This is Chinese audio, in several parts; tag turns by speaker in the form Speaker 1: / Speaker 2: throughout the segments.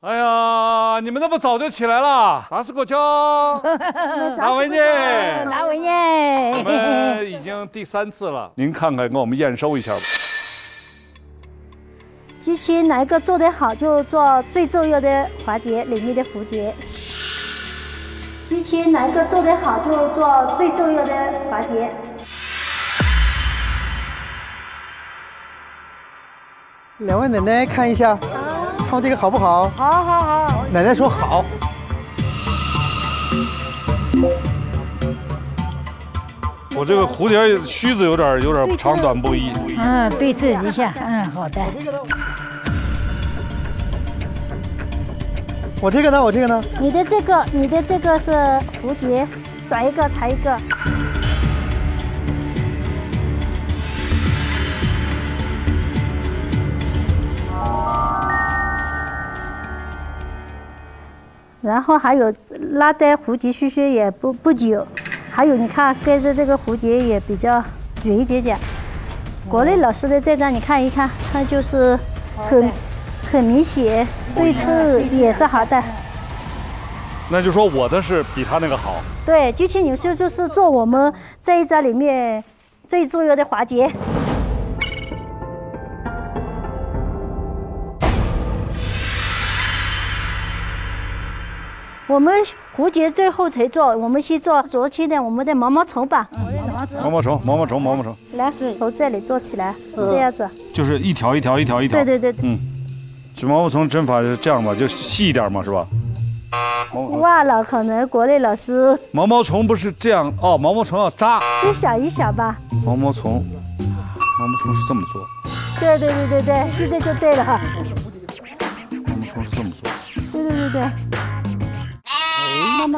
Speaker 1: 哇，哎你们那么早就起来了，打死狗 叫，打文呢？
Speaker 2: 拿
Speaker 1: 我
Speaker 2: 文耶，
Speaker 1: 们已经第三次了，您看看，跟我们验收一下吧。
Speaker 2: 及其哪一个做得好，就做最重要的环节里面的蝴蝶。及其哪一个做得好，就做最重要的环节。
Speaker 3: 两位奶奶看一下，唱这个好不好？好，好，好。奶奶说好。
Speaker 1: 我这个蝴蝶须子有点有点长短不一。
Speaker 4: 嗯，对自己下，嗯，好的。
Speaker 3: 我这个呢？我这个呢？
Speaker 2: 你的这个，你的这个是蝴蝶，短一个长一个。然后还有拉的蝴蝶须须也不不久，还有你看跟着这个蝴蝶也比较圆一点点。国内老师的这张你看一看，它就是很很明显，对称也是好的。
Speaker 1: 那就说我的是比他那个好。
Speaker 2: 对，机器纽绣就是做我们这一招里面最重要的环节。我们蝴蝶最后才做，我们先做昨天的我们的毛毛虫吧。
Speaker 1: 毛毛虫，毛毛虫，毛毛虫，
Speaker 2: 来，从这里做起来，这样子。
Speaker 1: 就是一条一条一条一条。
Speaker 2: 对对对，
Speaker 1: 这毛毛虫针法是这样吧，就细一点嘛，是吧？毛毛虫，
Speaker 2: 忘了，可能国内老师
Speaker 1: 毛毛虫不是这样哦，毛毛虫要扎。
Speaker 2: 再想一想吧。
Speaker 1: 毛毛虫，毛毛虫是这么做，
Speaker 2: 对对对对对，现在就对了。
Speaker 1: 毛毛虫是这么做。
Speaker 2: 对对对对。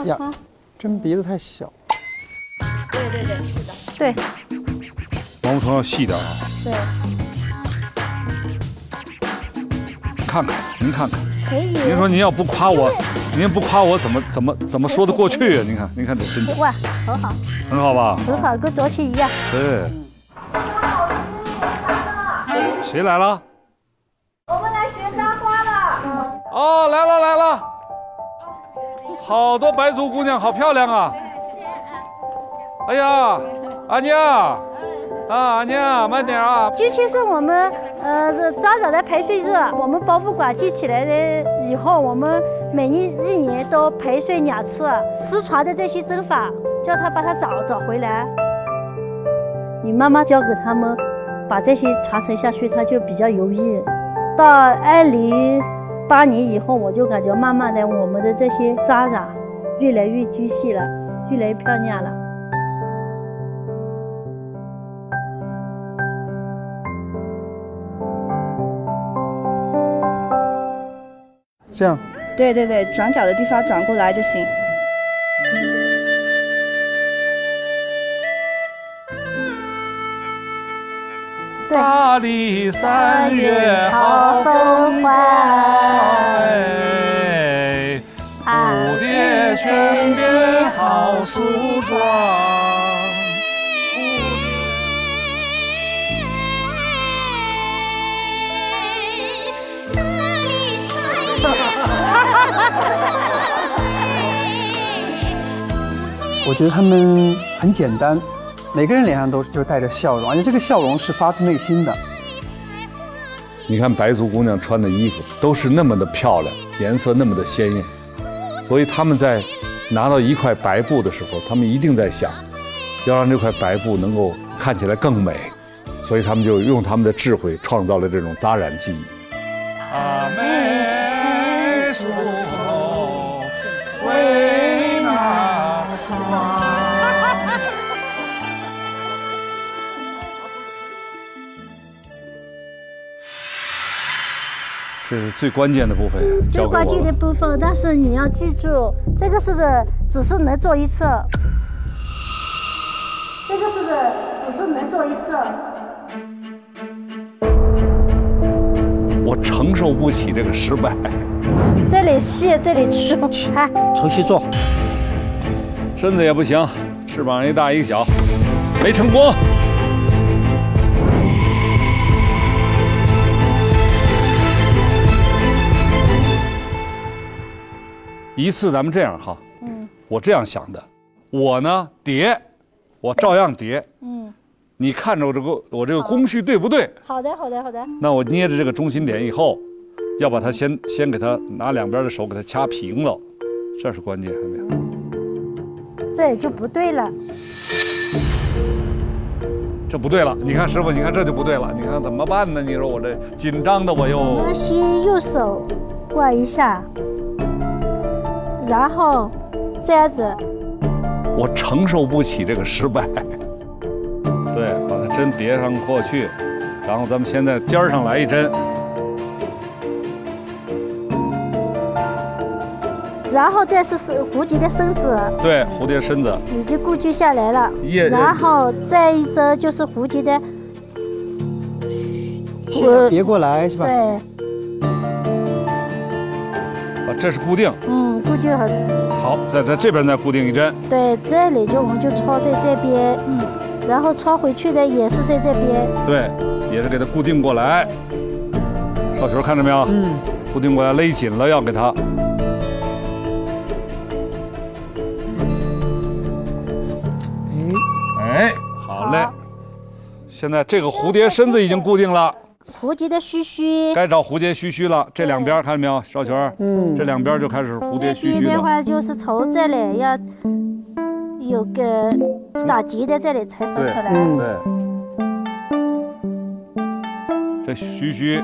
Speaker 3: 呀，真鼻子太小。
Speaker 2: 对
Speaker 1: 毛毛虫要细点啊，
Speaker 2: 对，
Speaker 1: 看看您看看，
Speaker 2: 可以。
Speaker 1: 您说您要不夸我，您不夸我怎么怎么怎么说得过去啊？您看，您看这真的
Speaker 2: 哇，很好，
Speaker 1: 很好吧？
Speaker 2: 很好，跟昨天一样。
Speaker 1: 对。谁来了？
Speaker 5: 我们来学扎花了。
Speaker 1: 哦，来了来了，好多白族姑娘，好漂亮啊！哎呀，阿娘，
Speaker 5: 哎
Speaker 1: 啊阿娘，慢点啊！
Speaker 2: 尤其是我们呃这扎染的培训日，我们博物馆建起来的以后，我们每一一年都培训两次，失传的这些针法，叫他把它找找回来。你妈妈教给他们，把这些传承下去，他就比较容易。到二零八年以后，我就感觉慢慢的，我们的这些扎染越来越精细了，越来越漂亮了。
Speaker 3: 这样，
Speaker 5: 对对对，转角的地方转过来就行。
Speaker 2: 对
Speaker 1: 大理三月好
Speaker 2: 风
Speaker 1: 哎
Speaker 2: 花，
Speaker 1: 蝴蝶泉边好梳妆。
Speaker 3: 我觉得他们很简单，每个人脸上都就带着笑容，而且这个笑容是发自内心的。
Speaker 1: 你看白族姑娘穿的衣服都是那么的漂亮，颜色那么的鲜艳，所以她们在拿到一块白布的时候，她们一定在想，要让这块白布能够看起来更美，所以她们就用她们的智慧创造了这种扎染技艺。阿妹梳头为哪这是最关键的部分，
Speaker 2: 最
Speaker 1: 交给我
Speaker 2: 关键的
Speaker 1: 了。
Speaker 2: 部分，但是你要记住，这个是只是能做一次，这个是只是能做一次。
Speaker 1: 我承受不起这个失败。
Speaker 2: 这里细，这里粗，看，
Speaker 3: 程序做，
Speaker 1: 身子也不行，翅膀一大一个小，没成功。一次咱们这样哈，我这样想的，我呢叠，我照样叠，
Speaker 2: 嗯，
Speaker 1: 你看着我这个我这个工序对不对？
Speaker 2: 好的，好的，好的，
Speaker 1: 那我捏着这个中心点以后，要把它先先给它拿两边的手给它掐平了，这是关键，看到没有？
Speaker 2: 这里就不对了。
Speaker 1: 这不对了，你看师傅，你看这就不对了，你看怎么办呢？你说我这紧张的我又
Speaker 2: 那先右手挂一下，然后这样子，
Speaker 1: 我承受不起这个失败。 对，把它针别上过去，然后咱们先在尖儿上来一针，
Speaker 2: 然后这是是蝴蝶的身子，
Speaker 1: 对，蝴蝶身子，
Speaker 2: 已经固定下来了
Speaker 1: 耶。
Speaker 2: 然后这一折就是蝴蝶的，我
Speaker 3: 别过来是吧？
Speaker 2: 对，
Speaker 1: 啊，这是固定。
Speaker 2: 嗯，固定合适。
Speaker 1: 好，在在这边再固定一针，
Speaker 2: 对，这里就我们就抄在这边，嗯，然后抄回去的也是在这边，
Speaker 1: 对，也是给它固定过来。少球看着没有？嗯，固定过来勒紧了，要给它。哎，好嘞
Speaker 2: 好。
Speaker 1: 现在这个蝴蝶身子已经固定了。
Speaker 2: 蝴蝶的须须。
Speaker 1: 该找蝴蝶须须了，这两边看见没有，少群儿，
Speaker 3: 嗯
Speaker 1: 这两边就开始蝴蝶须
Speaker 2: 这
Speaker 1: 须
Speaker 2: 边的
Speaker 1: 了。
Speaker 2: 话就是从这里要有个打结的这里才缝起来。
Speaker 3: 嗯，
Speaker 1: 对，这须须，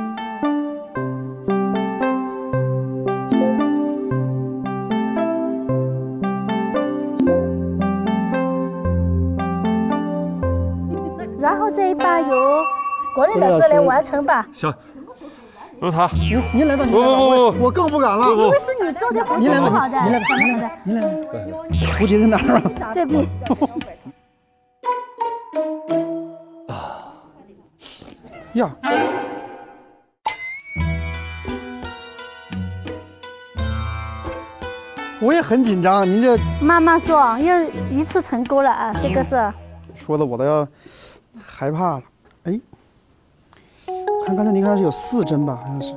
Speaker 2: 然后这一把由国内老师来完成吧，
Speaker 1: 小如塔，
Speaker 3: 您您来吧，您
Speaker 1: 不不
Speaker 3: 来吧，
Speaker 1: 不
Speaker 3: 我我更不敢了。
Speaker 2: 因为是你做的蝴
Speaker 3: 您
Speaker 2: 蝶
Speaker 3: 来
Speaker 2: 不好
Speaker 3: 吧，
Speaker 2: 的，
Speaker 3: 您来吧，您来吧，您来吧。蝴蝶在哪儿啊？
Speaker 2: 这 边
Speaker 3: 啊呀，我也很紧张，您这
Speaker 2: 慢慢做，因为一次成功了啊，这个是
Speaker 3: 说的我都要害怕了。哎，看刚才您看是有四针吧，好像是。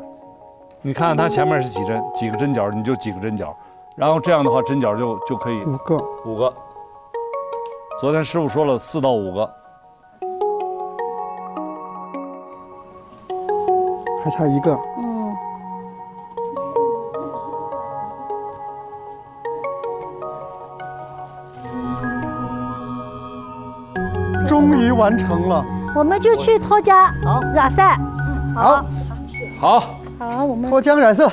Speaker 1: 你看看它前面是几针，几个针脚，你就几个针脚，然后这样的话针脚就就可以
Speaker 3: 五个，
Speaker 1: 五个。昨天师傅说了四到五个，
Speaker 3: 还差一个。
Speaker 2: 嗯。
Speaker 3: 终于完成了。
Speaker 2: 我们就去拖家
Speaker 3: 好
Speaker 2: 染色，
Speaker 3: 好，
Speaker 1: 好，
Speaker 2: 好，我们
Speaker 3: 脱缰染色，